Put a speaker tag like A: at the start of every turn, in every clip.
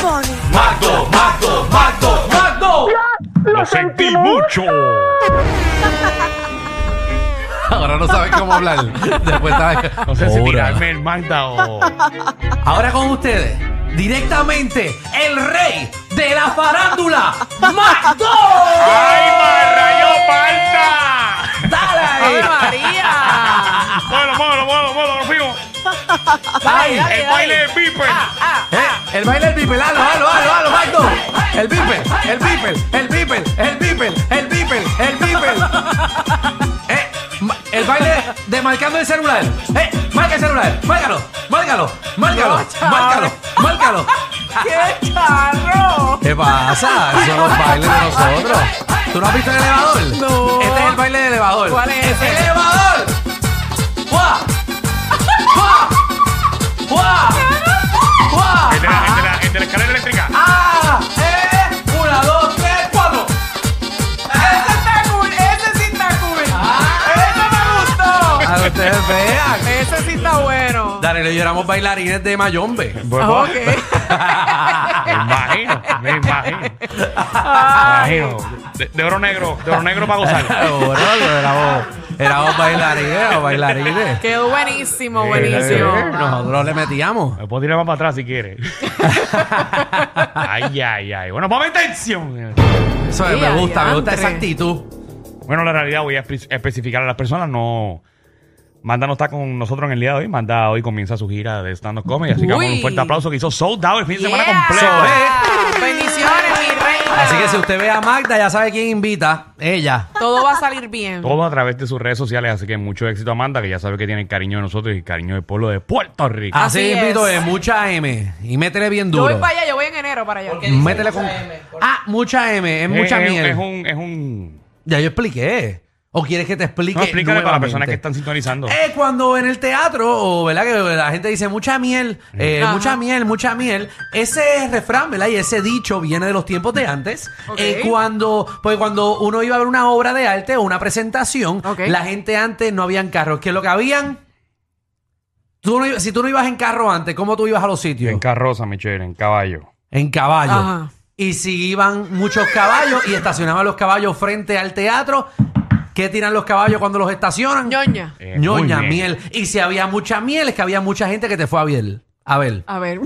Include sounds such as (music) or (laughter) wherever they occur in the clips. A: pone?
B: Magdo, Magdo, Magdo, Magdo.
C: Lo sentí mucho.
D: Ahora no sabes cómo hablar. Después sabes-
C: No sé si
D: Ahora.
C: tirarme el Magda o.
D: Ahora con ustedes, directamente, el rey de la farándula, Magdo.
C: ¡Ay, rayo palta!
D: ¡Dale ahí,
E: María!
C: Muévelo, muévelo, muévelo, muévelo, fijo.
D: Ahí.
E: dale.
C: El baile de Piper.
D: Eh, El baile del pipel, halo, halo, halo, halo, Magdo. El pipel, el pipel, el pipel, el pipel, el pipel, el pipel. Eh, ma- el baile de marcando el celular. Eh, marca el celular, márcalo, márcalo, márcalo, márcalo, márcalo.
E: ¡Qué charro!
D: ¿Qué pasa? Esos son los bailes de nosotros. ¿Tú no has visto el elevador?
E: No.
D: Este es el baile del elevador.
E: ¿Cuál es
D: ¡El
E: ese?
D: elevador! ¡Fua! ¡Fua! ¡Fua! ¡Fua!
C: El de la- el de la- el de la escalera eléctrica.
D: ¡Ah! ¡Eh! ¡Una, dos, tres, cuatro!
E: ¡Ese está cool! ¡Ese sí está cool! ¡Ese me
D: A que ustedes vean.
E: gustó! ¡Ese sí está bueno!
D: Dale, yo éramos bailarines de Mayombe.
C: Bueno,
F: ah, pues,
E: Ok.
C: Me imagino, me imagino. Me
E: Ay.
C: imagino. De, de oro negro, de oro negro para gozar.
D: éramos, éramos bailarines, éramos bailarines.
E: Quedó buenísimo,
C: Sí,
E: buenísimo.
C: sí,
D: Nosotros le metíamos.
C: Me puedo tirar más para atrás si quieres. ay, ay, ay. Bueno, ponme atención.
D: Eso
E: Sí,
D: me gusta, me gusta
E: adiantre.
D: esa actitud.
C: Bueno, la realidad voy a espe- especificar a las personas. No. Manda no está con nosotros en el día de hoy. Manda hoy comienza su gira de stand-up comedy. Así que vamos
E: Uy.
C: un fuerte aplauso que hizo sold out el fin de semana
E: Yeah.
C: completo. eh.
E: Bendiciones, mi reina.
D: Así que si usted ve a Magda, ya sabe quién invita. Ella.
E: Todo va a salir bien.
C: Todo a través de sus redes sociales. Así que mucho éxito, Amanda, que ya sabe que tiene el cariño de nosotros y el cariño del pueblo de Puerto Rico.
E: Así
D: Así invito
E: es.
D: de mucha M. Y métele bien
E: Yo voy
D: duro.
E: para allá, yo voy en enero para allá.
D: Métele con. Ah, mucha M, es mucha
C: es,
D: miel.
C: es un. Es un
D: Ya yo expliqué. ¿O quieres que te explique?
C: no, explícale para las personas
D: nuevamente?
C: que están sintonizando.
D: Eh, cuando en el teatro, o verdad que la gente dice mucha miel, eh,
E: Ajá.
D: mucha miel, mucha miel, ese refrán, ¿verdad? Y ese dicho viene de los tiempos de antes.
E: Ok.
D: Eh, cuando, pues cuando uno iba a ver una obra de arte o una presentación,
E: Ok.
D: la gente antes no habían carros, que lo que habían. Tú no ibas- si tú no ibas en carro antes, ¿cómo tú ibas a los sitios?
C: En carroza, Michelle, en caballo.
D: En caballo.
E: Ajá.
D: Y si iban muchos caballos y estacionaban los caballos frente al teatro, ¿qué tiran los caballos cuando los estacionan?
E: Ñoña.
C: Eh,
D: Ñoña,
C: muy bien.
D: miel. Y si había mucha miel, es que había mucha gente que te fue a miel. A ver.
E: A ver.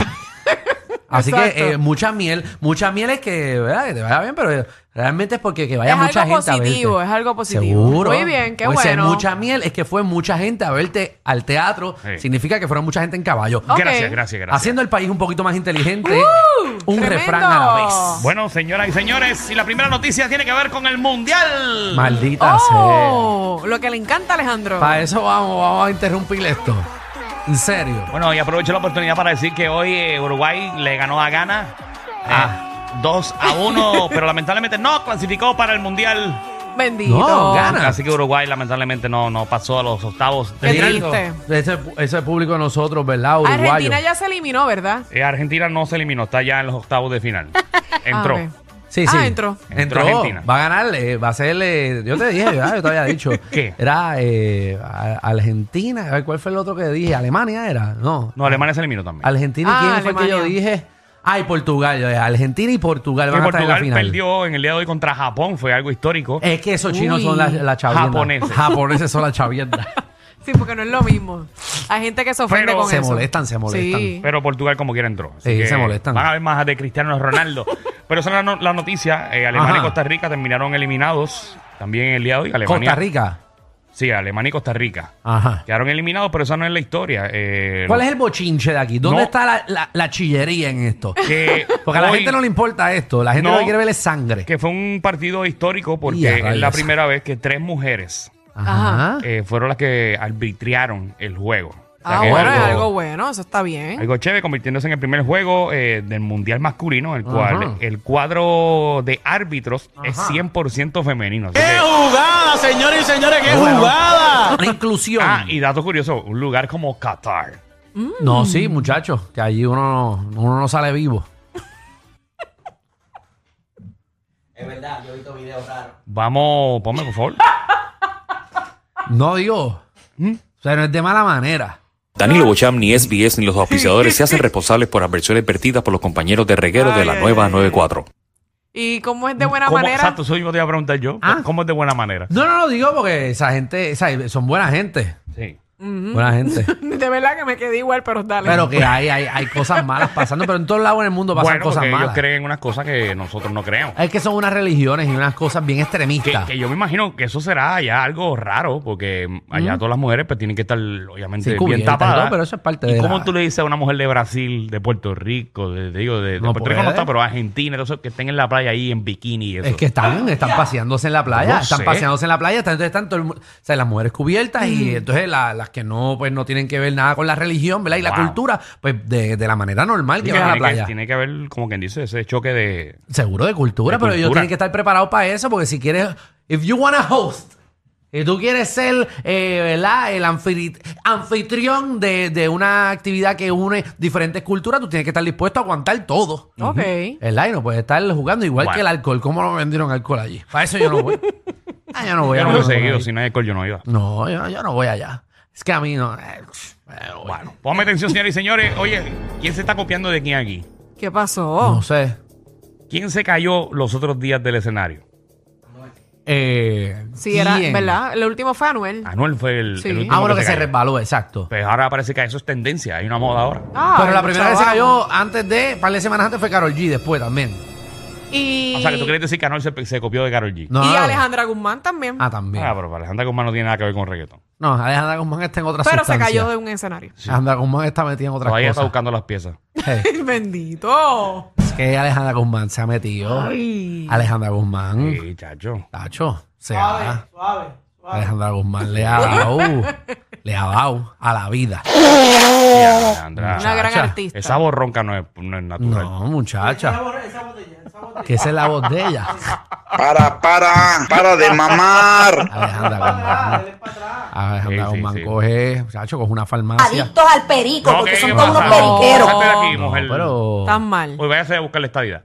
D: Así
E: Exacto.
D: que eh, mucha miel. Mucha miel es que, ¿verdad? que te vaya bien, pero eh, realmente es porque que vaya
E: Es
D: mucha
E: algo
D: gente a
E: positivo,
D: verte.
E: es algo positivo.
D: Seguro.
E: Muy bien, qué
D: O sea,
E: bueno.
D: mucha miel es que fue mucha gente a verte al teatro.
C: Sí.
D: Significa que fueron mucha gente en caballo.
E: Ok.
C: Gracias, gracias, gracias.
D: Haciendo el país un poquito más inteligente. un
E: ¡Uh! tremendo.
D: refrán a la vez.
C: Bueno, señoras y señores, y la primera noticia tiene que ver con el Mundial.
D: Maldita sea.
E: Oh, lo que le encanta a Alejandro.
D: Para eso vamos, vamos a interrumpir esto. En serio.
C: Bueno, y aprovecho la oportunidad para decir que hoy eh, Uruguay le ganó a Ghana. eh,
D: Ah.
C: 2 a
D: (laughs)
C: 1, pero lamentablemente no clasificó para el Mundial.
E: Bendito.
D: No, gana. Ah.
C: Así que Uruguay lamentablemente no, no pasó a los octavos.
E: Qué
C: de
D: Mira,
C: final.
E: triste.
D: Ese, ese público de nosotros, ¿verdad? Uruguayo.
E: Argentina ya se eliminó, ¿verdad?
C: Eh, Argentina no se eliminó, está ya en los octavos
D: (laughs)
C: de final.
E: Ah,
C: Entró.
E: ok.
D: Sí,
E: Ah,
D: sí.
E: entró.
C: Entró
D: Entró.
C: Argentina.
D: Va a ganarle, va a hacerle. Yo te dije, ¿verdad? Yo te había dicho.
C: (laughs) ¿Qué?
D: Era eh, a- Argentina. A ver, ¿cuál fue el otro que dije? ¿Alemania era? No.
C: No, Alemania se eliminó también.
D: Argentina. ¿Y
E: Ah,
D: quién fue el que yo
E: Alemania.
D: dije? Ay, Portugal. yo dije, Argentina y Portugal
C: Que
D: van a estar en la
C: Portugal
D: final. Eh.
C: perdió en el día de hoy contra Japón, fue algo histórico.
D: Es que esos chinos
E: Uy.
D: son las la chavienda.
C: Japoneses.
D: Japoneses son las chaviendas.
E: Sí, porque no es lo mismo. Hay gente que se ofende
C: Pero
E: con
D: se
E: eso.
D: molestan, se molestan.
E: Sí.
C: Pero Portugal como quiera entró. Así
D: Sí,
C: que
D: se molestan.
C: Van a ver más de Cristiano
D: (laughs)
C: Ronaldo. Pero esa es la, no- la noticia. Eh, Alemania y
D: Ajá.
C: Costa Rica terminaron eliminados también el día de hoy. (laughs) Alemania,
D: Costa Rica.
C: Sí, Alemania y Costa Rica.
D: Ajá.
C: Quedaron eliminados, pero esa no es la historia. Eh,
D: ¿Cuál
C: lo-
D: es el bochinche de aquí? ¿Dónde
C: No.
D: está la, la- la chillería en esto?
C: Que
D: (laughs) Porque a la
C: hoy-
D: gente no le importa esto. La gente
C: No.
D: lo que quiere ver es sangre.
C: Que fue un partido histórico porque
D: Y a
C: es la
D: rayos.
C: primera vez que tres mujeres
E: Ajá.
C: eh, fueron las que arbitriaron el juego. O sea,
E: Ah,
C: que es
E: bueno, es
C: algo-
E: algo bueno, eso está bien.
C: Algo chévere, convirtiéndose en el primer juego eh, del Mundial Masculino, el cual
D: Ajá.
C: el cuadro de árbitros es 100% femenino. así que-
B: jugada, señores y señores! ¡Qué jugada!
D: La inclusión.
C: ah, y dato curioso, un lugar como Qatar.
D: No, sí, muchachos, que allí uno no, uno no sale vivo.
C: Vamos, ponme por favor. ¿Mm?
D: No digo. O sea, no es de mala manera.
A: Danilo Bocham, ni SBS, ni los auspiciadores se hacen
C: (laughs)
A: responsables por las versiones vertidas por los compañeros de reguero de la nueva 94.
F: ¿Y cómo es de buena
C: ¿Cómo-
F: manera?
C: Exacto, eso yo te iba a preguntar yo.
D: Ah.
C: ¿Cómo es de buena manera?
D: No, no, no, digo porque esa gente, esa- son buena gente.
C: Sí.
D: Buena gente.
F: (laughs) De verdad que me quedé igual, pero dale.
D: Pero que hay, hay, hay cosas malas pasando, pero en todos lados en el mundo pasan
C: Bueno,
D: cosas
C: porque ellos
D: malas.
C: creen en unas cosas que nosotros no creemos.
D: Es que son unas religiones y unas cosas bien
C: Que,
D: extremistas.
C: que yo me imagino que eso será ya algo raro, porque allá todas las mujeres pues tienen que estar, obviamente,
D: Sí,
C: bien
D: cubiertas y
C: tapadas.
D: todo, pero eso es parte
C: ¿Y
D: de
C: cómo
D: la-
C: tú le dices a una mujer de Brasil, de Puerto Rico, de, de- digo, de, de
D: No
C: Puerto Rico no
D: puede.
C: está, pero Argentina, entonces, que estén en la playa ahí en bikini y eso? Ah,
D: Es que están, están paseándose en la
C: No
D: playa,
C: lo
D: están
C: sé.
D: paseándose en la playa, están, entonces están todo el mu- o sea, las mujeres cubiertas y entonces la- las que no, pues no tienen que ver nada con la religión, ¿verdad? Y la
C: Wow.
D: cultura, pues de, de la manera normal
C: Sí,
D: que van a la
C: tiene que-
D: playa.
C: tiene que haber, como quien dice, ese choque de...
D: Seguro de cultura,
C: De
D: pero ellos
C: cultura.
D: tienen que estar preparados para eso, porque si quieres, if you wanna host, y tú quieres ser, eh, ¿verdad? El anfitri- anfitrión de, de una actividad que une diferentes culturas, tú tienes que estar dispuesto a aguantar todo.
F: Ok.
D: ¿Verdad? Y no puedes estar jugando igual
C: Bueno.
D: que el alcohol. ¿Cómo no vendieron alcohol allí? Para eso yo no
C: (laughs)
D: voy. Ah, yo no voy
C: Yo
D: a
C: no he
D: alcohol
C: seguido,
D: allí.
C: si no hay alcohol yo no iba.
D: No, yo, yo no voy allá. Es que a mí no. eh, eh, bueno,
C: Ponme atención, señores y señores. Oye, ¿quién se está copiando de quién aquí?
F: ¿Qué pasó?
D: no sé.
C: ¿Quién se cayó los otros días del escenario?
D: Eh,
F: Sí, era,
D: ¿quién?
F: ¿verdad? Lo último fue Anuel.
C: Anuel fue el,
F: Sí.
C: el último
D: Ah, bueno, que se
C: cayó.
D: resbaló, exacto.
C: Pues ahora parece que eso es tendencia, hay una moda ahora.
F: Ah,
D: Pero la
F: mucho
D: primera vez que se
F: trabajo.
D: cayó antes de, par de semanas antes fue Carol G después también.
F: Y,
C: O sea, que tú quieres decir que Anuel se, se copió de Karol G.
D: No,
F: y
D: no, no.
F: Alejandra Guzmán también.
D: Ah, también.
C: Ah, pero Alejandra Guzmán no tiene nada que ver con reggaetón.
D: No, Alejandra Guzmán está en otra
F: pero se
D: sustancia.
F: cayó de un escenario. (laughs)
D: Alejandra Guzmán está metida en otras
C: Todavía está
D: cosas.
C: buscando las piezas.
D: Sí.
F: Bendito.
D: Es que Alejandra Guzmán se ha metido.
F: Ay.
D: Alejandra Guzmán,
C: Sí, chacho.
D: tacho, se
B: Suave,
D: ha-
B: suave, suave.
D: Alejandra Guzmán le
B: (laughs)
D: ha dado, le ha dado a la vida. Oh,
C: Y Alejandra.
F: Una gran
D: Chacha,
F: artista.
C: Esa borronca no es, no es natural.
D: No, muchacha,
B: Esa esa botella, esa botella.
D: que esa es la voz de ella.
G: Para, para, para de mamar.
D: Alejandra Guzmán.
B: Ah, Dale para atrás.
D: Alejandra
C: Sí, sí,
D: Guzmán
C: sí.
D: coge, chacho, coge una farmacia.
H: adictos al perico,
C: No,
H: porque
C: ¿qué
H: son
C: pasa?
H: todos unos
C: No,
H: periqueros.
C: sácate de aquí,
D: No,
C: mujer.
D: pero
F: Tan mal.
C: Hoy váyase a buscar la estadía.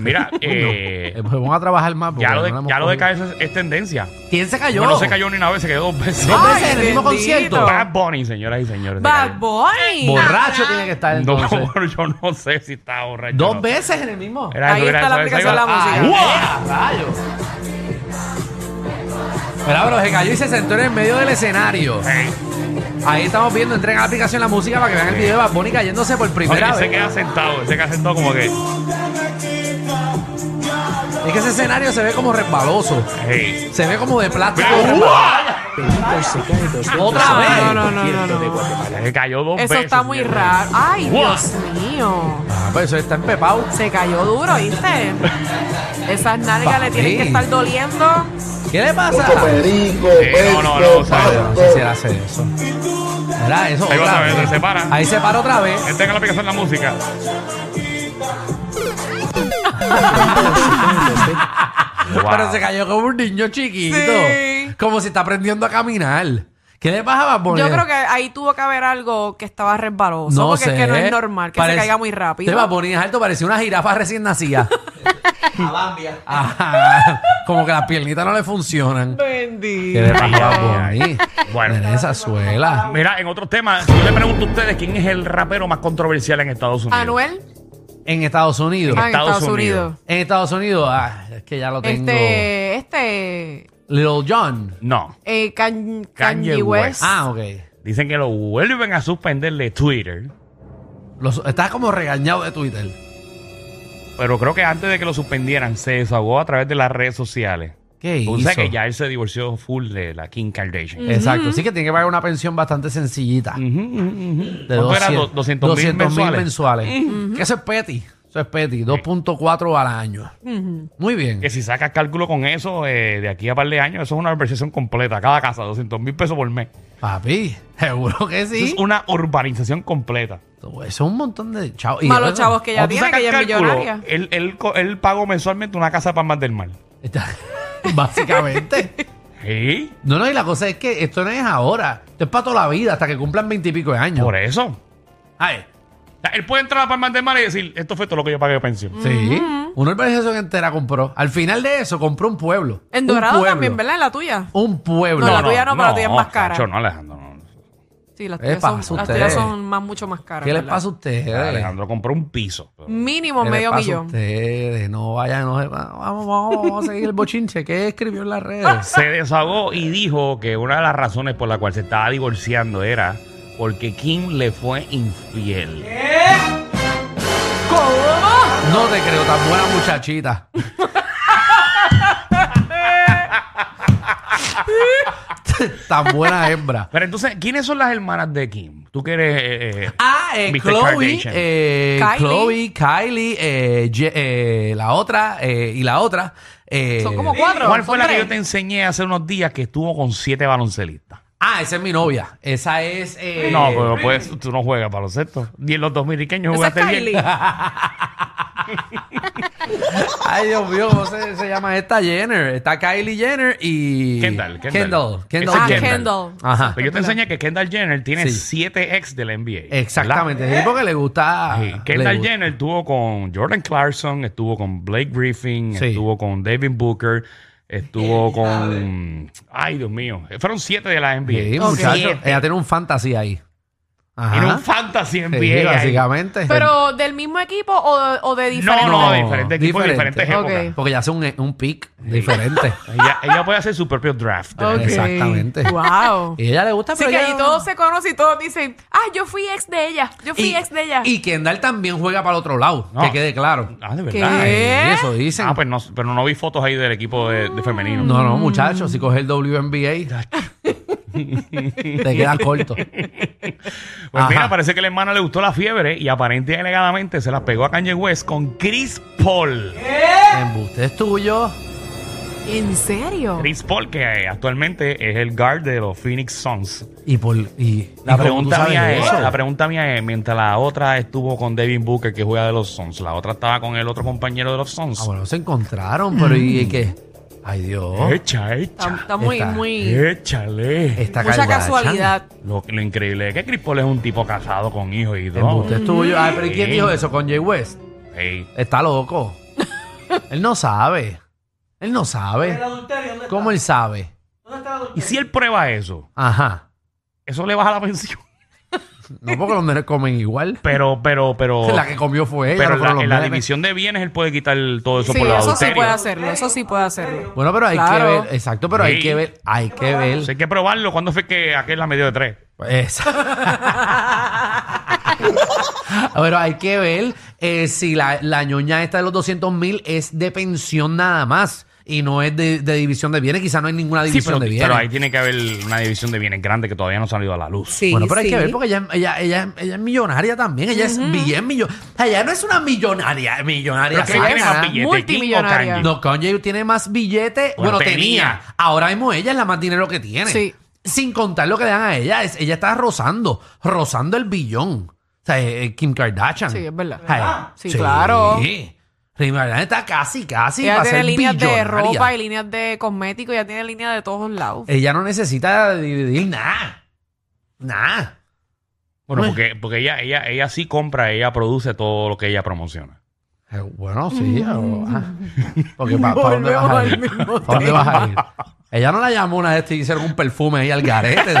D: (laughs)
C: mira, eh,
D: eh, pues vamos a trabajar más. porque
C: ya lo de,
D: no la hemos
C: ya lo de
D: cogido.
C: caerse es, es tendencia.
D: ¿Quién se cayó?
C: Bueno, no se cayó ni una vez, se quedó dos veces.
D: Dos
F: Ay,
D: veces en el mismo
F: bendito.
D: concierto.
C: Bad Bunny, señoras y señores. se
F: Bad
C: cayó.
F: Bunny.
D: Borracho tiene que estar
C: No,
D: entonces.
C: (laughs) bueno, yo no sé si está borracho.
D: Dos
C: no.
D: veces en el mismo.
C: Era
F: Ahí
C: eso,
F: está
C: era
F: la
C: eso, eso,
F: aplicación de la
C: eso.
F: música.
C: Ah, ¡guau!
D: rayos! Pero, pero se cayó y se sentó en el medio del escenario.
C: Ey.
D: Ahí estamos viendo, entren en la aplicación la música para que vean el video de Bad Bunny cayéndose por primera
C: Oye, se
D: vez.
C: queda sentado, se queda sentado como que.
D: Es que ese escenario se ve como resbaloso.
C: hey.
D: Se ve como de plástico.
C: Mira,
D: ¡Otra vez!
F: No, no, no, no, no.
C: Se cayó dos
F: Eso
C: veces.
F: está muy
C: señores.
F: raro. Ay,
C: Guau.
F: Dios mío.
D: Ah, pues eso está empepado.
F: Se cayó duro, ¿viste? Esas nalgas le tienen que
D: Papi.
F: estar doliendo.
D: ¿Qué le pasa?
G: Perico,
C: Sí, no, no, no, o sea,
D: Ay, no sé si él hace eso. Mira, eso.
C: Ahí vas
D: otra
C: a ver,
D: vez.
C: se separa.
D: Ahí se para otra vez.
C: Entra en la aplicación de la música. Wow.
D: (laughs) Pero se cayó como un niño chiquito.
F: Sí.
D: Como si está aprendiendo a caminar. ¿Qué le pasa a Bunny?
F: Yo creo que ahí tuvo que haber algo que estaba resbaloso. porque es que no es normal que se caiga muy rápido.
D: Te va a poner alto, parecía una jirafa recién nacida.
B: A Bambia.
D: Ajá. Ah, Como que las piernitas no le funcionan. ¿Qué le
F: Bendito.
D: pasa a Bunny?
C: Bueno.
D: Mira esa suela.
C: Mira, en otros temas, yo le pregunto a ustedes quién es el rapero más controversial en Estados Unidos.
F: Anuel
D: En Estados Unidos.
F: ah, en
C: Estados
F: Estados
C: Unidos.
F: Unidos.
D: En Estados Unidos, ah, es que ya lo tengo.
F: Este, este,
D: Little John.
C: No.
F: eh, Kan- Kanye,
C: Kanye West.
F: West.
D: Ah, ok.
C: Dicen que lo vuelven a suspender de Twitter.
D: Los- está como regañado de Twitter.
C: Pero creo que antes de que lo suspendieran, se desahogó a través de las redes sociales.
D: ¿Qué
C: O sea
D: hizo?
C: que ya él se divorció full de la Kim Kardashian.
D: Exacto. Sí que tiene que pagar una pensión bastante sencillita.
C: Ujú, ujú, ujú.
D: De
C: Mm. ¿Cuánto era?
D: 200
C: Do- 200 mil
D: 200
C: mensuales.
D: Que eso es petty. Eso es petty. 2.4 al año. Muy bien.
C: Que si sacas cálculo con eso, eh, de aquí a par de años, eso es una urbanización completa. Cada casa, 200 mil pesos por mes.
D: Papi, (laughs) seguro que
C: Eso
D: sí.
C: es una urbanización completa.
D: Eso es un montón de chavos. Y
F: Malos
D: después-
F: chavos que ya
C: Cuando tú
F: tiene, que ella
C: sacas
F: es millonaria.
C: él, él co- él pagó mensualmente una casa para más del mar.
D: Está- (laughs) Básicamente.
C: Sí,
D: No, no, y la cosa es que esto no es ahora. Esto es para toda la vida, hasta que cumplan 20 y pico de años.
C: por e- eso. O
D: Ay,
C: sea, él puede entrar a Palmas del Mar y decir, esto fue todo lo que yo pagué de pensión.
F: Mm.
D: sí. Una urbanización entera compró. Al final de eso, compró un pueblo.
F: En
D: Un
F: Dorado
D: pueblo.
F: también, ¿verdad? En la tuya.
D: Un pueblo.
F: No, la tuya no, pero la tuya es más cara.
C: chacho, no, Alejandro, no.
F: Sí, las
D: ¿Qué
F: tuyas,
D: pasa
F: son,
D: a
F: las
D: ustedes?
F: tuyas son más, mucho más caras.
D: ¿Qué les
F: ¿verdad?
D: pasa a ustedes?
C: Alejandro compró un piso.
F: Mínimo
D: ¿Qué les
F: medio
D: pasa a
F: millón.
D: ustedes? No vayan, no, se- vamos, vamos, vamos a seguir el bochinche. ¿Qué escribió en las redes?
C: Se desahogó y dijo que una de las razones por la cual se estaba divorciando era porque Kim le fue infiel.
D: No te creo, tan buena muchachita. (laughs) tan buena hembra.
C: Pero entonces, ¿quiénes son las hermanas de Kim? Tú que eres... eh, eh,
D: Ah, eh,
C: Mr.
D: Chloe,
C: Kardashian.
D: eh,
F: Kylie.
D: Chloe, Kylie, eh, Ye- eh, la otra eh, y la otra. eh,
F: Son como cuatro.
C: ¿Cuál
F: ¿Cuál
C: fue la que yo te enseñé hace unos días que estuvo con siete baloncelistas?
D: Ah, esa es mi novia. Esa es. eh,
C: no, pero pues, tú no juegas baloncesto. Ni en los dominicanos
F: Esa es
C: jugaste bien. Ah,
F: Kylie.
D: Ay, Dios mío, ¿cómo se, se llama esta Jenner? Está Kylie Jenner y.
C: Kendall, Kendall.
D: Kendall. Kendall
C: Esa
F: Ah,
C: Kendall.
F: Kendall.
D: Ajá.
C: Pero yo te enseñé que Kendall Jenner tiene
D: Sí.
C: siete ex del NBA.
D: Exactamente. Sí, porque le gusta.
C: Sí,
D: le
C: Kendall
D: gusta.
C: Jenner estuvo con Jordan Clarkson, estuvo con Blake Griffin,
D: Sí.
C: estuvo con David Booker, estuvo con... Ay, Dios mío. Fueron siete de la NBA.
D: Sí,
F: Ok.
D: muchacho.
C: Siete.
D: Ella tiene un fantasy ahí. Ajá.
C: Era un fantasy NBA.
D: Sí,
C: ahí.
D: básicamente.
F: Pero del mismo equipo o, o de
C: no,
F: diferente.
C: no, de diferentes equipos, de
D: Diferente.
C: diferentes épocas.
F: Ok.
D: Porque ya hace un, un pick
F: (laughs)
D: diferente.
C: Ella, ella puede hacer su propio draft. de
F: Ok.
C: NBA.
D: Exactamente.
F: (laughs) Wow.
D: Y ella le gusta,
F: Así
D: pero
F: que
D: ella
F: ahí
D: no-
F: todos se conocen y todos dicen, ah, yo fui ex de ella, yo fui ex de ella.
D: y Kendall también juega para el otro lado,
C: No.
D: que quede claro.
C: Ah, de
F: ¿Qué?
C: verdad.
D: Eh, Eso dicen.
C: Ah, pues no, pero no vi fotos ahí del equipo de, de femenino.
D: No, no, muchachos, si coges el
C: (laughs)
D: WNBA, te queda corto.
C: Pues mira,
D: Ajá.
C: parece que la hermana le gustó la fiebre y aparente y alegadamente se la pegó a Kanye West con Chris Paul.
D: Embuste es tuyo.
F: ¿En serio?
C: Chris Paul, que eh, actualmente es el guard de los Phoenix Suns.
D: Y por. Y,
C: La
D: y como tú
C: pregunta,
D: sabes
C: mía es,
D: eso.
C: la pregunta mía es, mientras la otra estuvo con Devin Booker, que juega de los Suns, la otra estaba con el otro compañero de los Suns.
D: Ah, bueno, se encontraron, pero ¿y y qué? Ay, Dios.
C: Echa,
F: Está,
C: echa.
F: está muy,
D: Está.
F: muy...
C: Échale.
D: Esta
F: Mucha
D: Kardashian.
F: casualidad.
C: Lo, lo increíble es que Chris Paul es un tipo casado con hijos y todo.
D: Embuste es tuyo. Ay, pero ¿y quién
C: Sí.
D: dijo eso con Jay West?
C: Ey.
D: Está loco. él no sabe. Él no
B: ¿El
D: sabe.
B: adulterio dónde
D: ¿Cómo él
B: está?
D: sabe?
B: ¿Dónde está
C: Y
B: el adulterio?
C: si él prueba eso,
D: Ajá.
C: eso le baja la pensión. (laughs)
D: No porque los nenes comen igual.
C: Pero, pero, pero.
D: La que comió fue ella.
C: Oh. pero
D: no
C: en la,
D: fueron los
C: en la
D: nenes.
C: división de bienes él puede quitar todo eso
F: Sí,
C: por el
F: eso sí
C: adulterio.
F: puede hacerlo, eso sí puede hacerlo.
D: Bueno, pero hay que
F: Claro.
D: ver, exacto, pero hay
C: Sí.
D: que ver, hay que ver.
C: Entonces hay que probarlo. ¿Cuándo fue que aquel la medio de tres?
D: Esa. (laughs) Pero hay que ver eh, si la, la ñoña esta de los 200 mil es de pensión nada más y no es de, de división de bienes. Quizá no hay ninguna
C: Sí,
D: división
C: pero,
D: de bienes.
C: pero ahí tiene que haber una división de bienes grande que todavía no ha salido a la luz.
F: Sí,
D: bueno, pero hay
F: sí.
D: que ver porque ella, ella, ella, ella es millonaria también. Ella es bien millonaria. Ella no es una millonaria, millonaria.
C: Pero ¿quién tiene
D: sana.
C: más billete, Kim o
F: Multimillonaria.
C: Kanye?
D: No, Kanye tiene más billetes.
C: Bueno,
D: Bueno,
C: tenía.
D: tenía. Ahora mismo ella es la más dinero que tiene.
F: Sí.
D: Sin contar lo que le dan a ella. Es- ella está rozando, rozando el billón. O sea, eh, Kim Kardashian.
F: Sí, es verdad.
D: Ay,
F: Sí, claro.
D: Sí. Kim Kardashian está casi, casi.
F: ella
D: para
F: tiene
D: ser
F: líneas de
D: billonaria.
F: ropa y líneas de cosméticos, ella tiene líneas de todos lados.
D: Ella no necesita dividir nada. Nada.
C: Bueno,
D: Uy.
C: porque, porque ella, ella, ella sí compra, ella produce todo lo que ella promociona.
D: Eh, Bueno, sí. o- ah. Porque pa- ¿para dónde vas
F: Volvemos
D: a
F: Mm. al
D: ir?
F: mismo
D: ¿Para dónde vas a ir? Ella no la llamó una vez y hicieron un perfume ahí al garete.
F: (laughs)
D: de-